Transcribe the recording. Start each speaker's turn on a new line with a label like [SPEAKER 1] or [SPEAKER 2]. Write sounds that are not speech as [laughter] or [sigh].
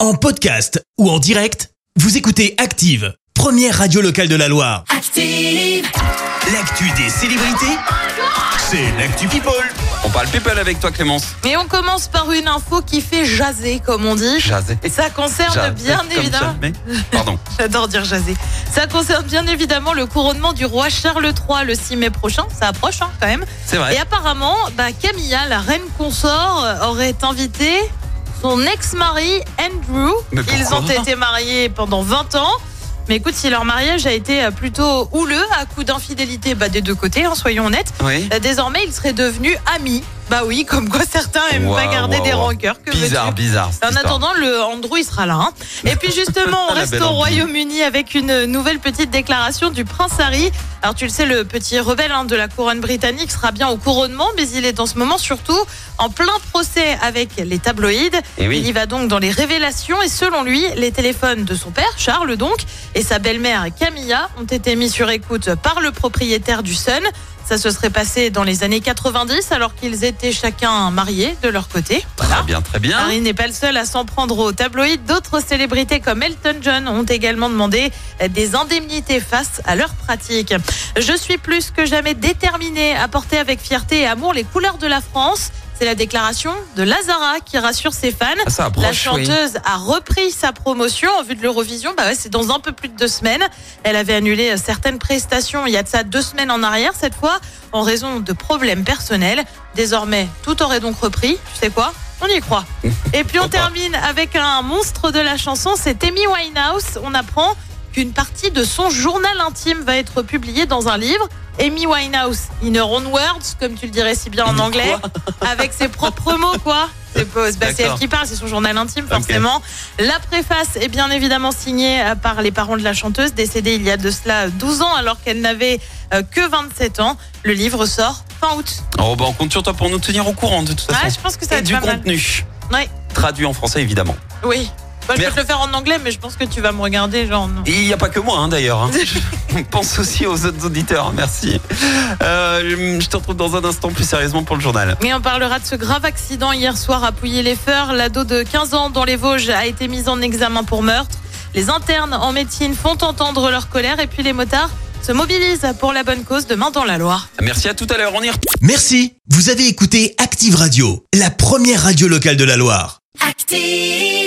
[SPEAKER 1] En podcast ou en direct, vous écoutez Active, première radio locale de la Loire.
[SPEAKER 2] Active,
[SPEAKER 1] L'actu des célébrités, c'est l'actu People.
[SPEAKER 3] On parle people avec toi Clémence.
[SPEAKER 4] Mais on commence par une info qui fait jaser, comme on dit.
[SPEAKER 3] Jaser.
[SPEAKER 4] Et ça concerne
[SPEAKER 3] Jaser
[SPEAKER 4] bien
[SPEAKER 3] comme
[SPEAKER 4] évidemment.
[SPEAKER 3] jamais. Pardon.
[SPEAKER 4] J'adore dire jaser. Ça concerne bien évidemment le couronnement du roi Charles III le 6 mai prochain. Ça approche hein, quand même.
[SPEAKER 3] C'est
[SPEAKER 4] Et
[SPEAKER 3] vrai.
[SPEAKER 4] apparemment, bah, Camilla, la reine consort, euh, aurait invité son ex-mari Andrew.
[SPEAKER 3] Mais pourquoi
[SPEAKER 4] Ils ont été mariés pendant 20 ans. Mais écoute, si leur mariage a été euh, plutôt houleux à coup d'infidélité bah, des deux côtés, hein, soyons honnêtes.
[SPEAKER 3] Oui.
[SPEAKER 4] Euh, Désormais, ils seraient devenus amis. Bah oui, comme quoi certains aiment
[SPEAKER 3] Waouh,
[SPEAKER 4] pas garder
[SPEAKER 3] waouh,
[SPEAKER 4] des
[SPEAKER 3] waouh.
[SPEAKER 4] rancœurs. Que
[SPEAKER 3] Bizarre,
[SPEAKER 4] veux-tu
[SPEAKER 3] bizarre. cette
[SPEAKER 4] en
[SPEAKER 3] histoire.
[SPEAKER 4] attendant, le Andrew, il sera là.
[SPEAKER 3] [laughs]
[SPEAKER 4] hein. Et puis justement, on
[SPEAKER 3] La
[SPEAKER 4] reste
[SPEAKER 3] belle
[SPEAKER 4] au
[SPEAKER 3] Andrew.
[SPEAKER 4] Royaume-Uni avec une nouvelle petite déclaration du prince Harry. Alors tu le sais, le petit rebelle hein, de la couronne britannique sera bien au couronnement, mais il est dans ce moment surtout en plein procès avec les tabloïds.
[SPEAKER 3] Eh oui.
[SPEAKER 4] Il y va donc dans les révélations et selon lui, les téléphones de son père, Charles donc, et sa belle-mère Camilla ont été mis sur écoute par le propriétaire du Sun. Ça se serait passé dans les années 90 alors qu'ils étaient chacun mariés de leur côté.
[SPEAKER 3] Très bien, très bien.
[SPEAKER 4] Harry n'est pas le seul à s'en prendre aux tabloïds. D'autres célébrités comme Elton John ont également demandé des indemnités face à leurs pratiques. Je suis plus que jamais déterminée à porter avec fierté et amour les couleurs de la France. C'est la déclaration de Lazara qui rassure ses fans.
[SPEAKER 3] Ah, ça
[SPEAKER 4] La
[SPEAKER 3] approche, oui.
[SPEAKER 4] chanteuse a repris sa promotion en vue de l'Eurovision. Bah ouais, c'est dans un peu plus de deux semaines. Elle avait annulé euh, certaines prestations il y a de ça deux semaines en arrière cette fois en raison de problèmes personnels. Désormais, tout aurait donc repris. Tu sais quoi On y
[SPEAKER 3] [laughs]
[SPEAKER 4] croit. Et puis
[SPEAKER 3] Pourquoi
[SPEAKER 4] on termine avec un monstre de la chanson, c'est Amy Winehouse. On apprend qu'une partie de son journal intime va être publiée dans un livre. Amy Winehouse, in her own words, comme tu le dirais si bien en anglais, avec ses propres mots,
[SPEAKER 3] [laughs]
[SPEAKER 4] quoi. C'est pas- bah, c'est elle
[SPEAKER 3] D'accord.
[SPEAKER 4] qui parle, c'est son journal intime, forcément. La préface est bien évidemment signée euh, par les parents de la chanteuse, décédée il y a de cela 12 ans, alors qu'elle n'avait euh, que 27 ans. Le livre sort fin août.
[SPEAKER 3] Oh, bah, on compte sur toi pour nous tenir au courant de toute
[SPEAKER 4] Ouais,
[SPEAKER 3] façon.
[SPEAKER 4] je pense que ça va
[SPEAKER 3] Et
[SPEAKER 4] être
[SPEAKER 3] du
[SPEAKER 4] pas mal.
[SPEAKER 3] contenu.
[SPEAKER 4] Ouais.
[SPEAKER 3] Traduit en français évidemment.
[SPEAKER 4] Oui. Moi, je peux
[SPEAKER 3] Merci.
[SPEAKER 4] te le faire en anglais, mais je pense que tu vas me regarder, genre. non.
[SPEAKER 3] Et il n'y a pas que moi hein,
[SPEAKER 4] [laughs]
[SPEAKER 3] d'ailleurs. hein. on pense aussi aux autres auditeurs. Merci. Euh, je te retrouve dans un instant plus sérieusement pour le journal.
[SPEAKER 4] Mais on parlera de ce grave accident hier soir à Pouilly-les-Feurs. L'ado de 15 ans dans les Vosges a été mis en examen pour meurtre. Les internes en médecine font entendre leur colère et puis les motards se mobilisent pour la bonne cause demain dans la Loire.
[SPEAKER 3] Merci à tout à l'heure. On y retourne.
[SPEAKER 1] Merci, vous avez écouté Active Radio, la première radio locale de la Loire.
[SPEAKER 2] active.